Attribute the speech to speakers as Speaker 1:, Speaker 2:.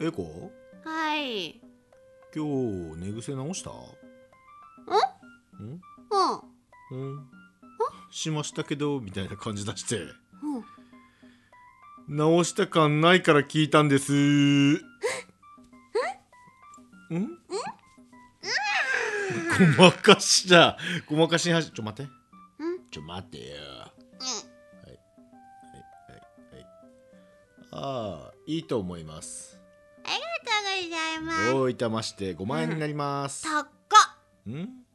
Speaker 1: おえこ
Speaker 2: はい
Speaker 1: 今日寝癖直したん
Speaker 2: うん
Speaker 1: うんしましたけどみたいな感じ出して
Speaker 2: うん
Speaker 1: 直した感ないから聞いたんですんんごまかしじゃごまかしにはじちょ待って
Speaker 2: うん
Speaker 1: ちょ待ってよああいいと思います
Speaker 2: ありがとうございます
Speaker 1: どういたまして5万円になります。
Speaker 2: 高っ
Speaker 1: ん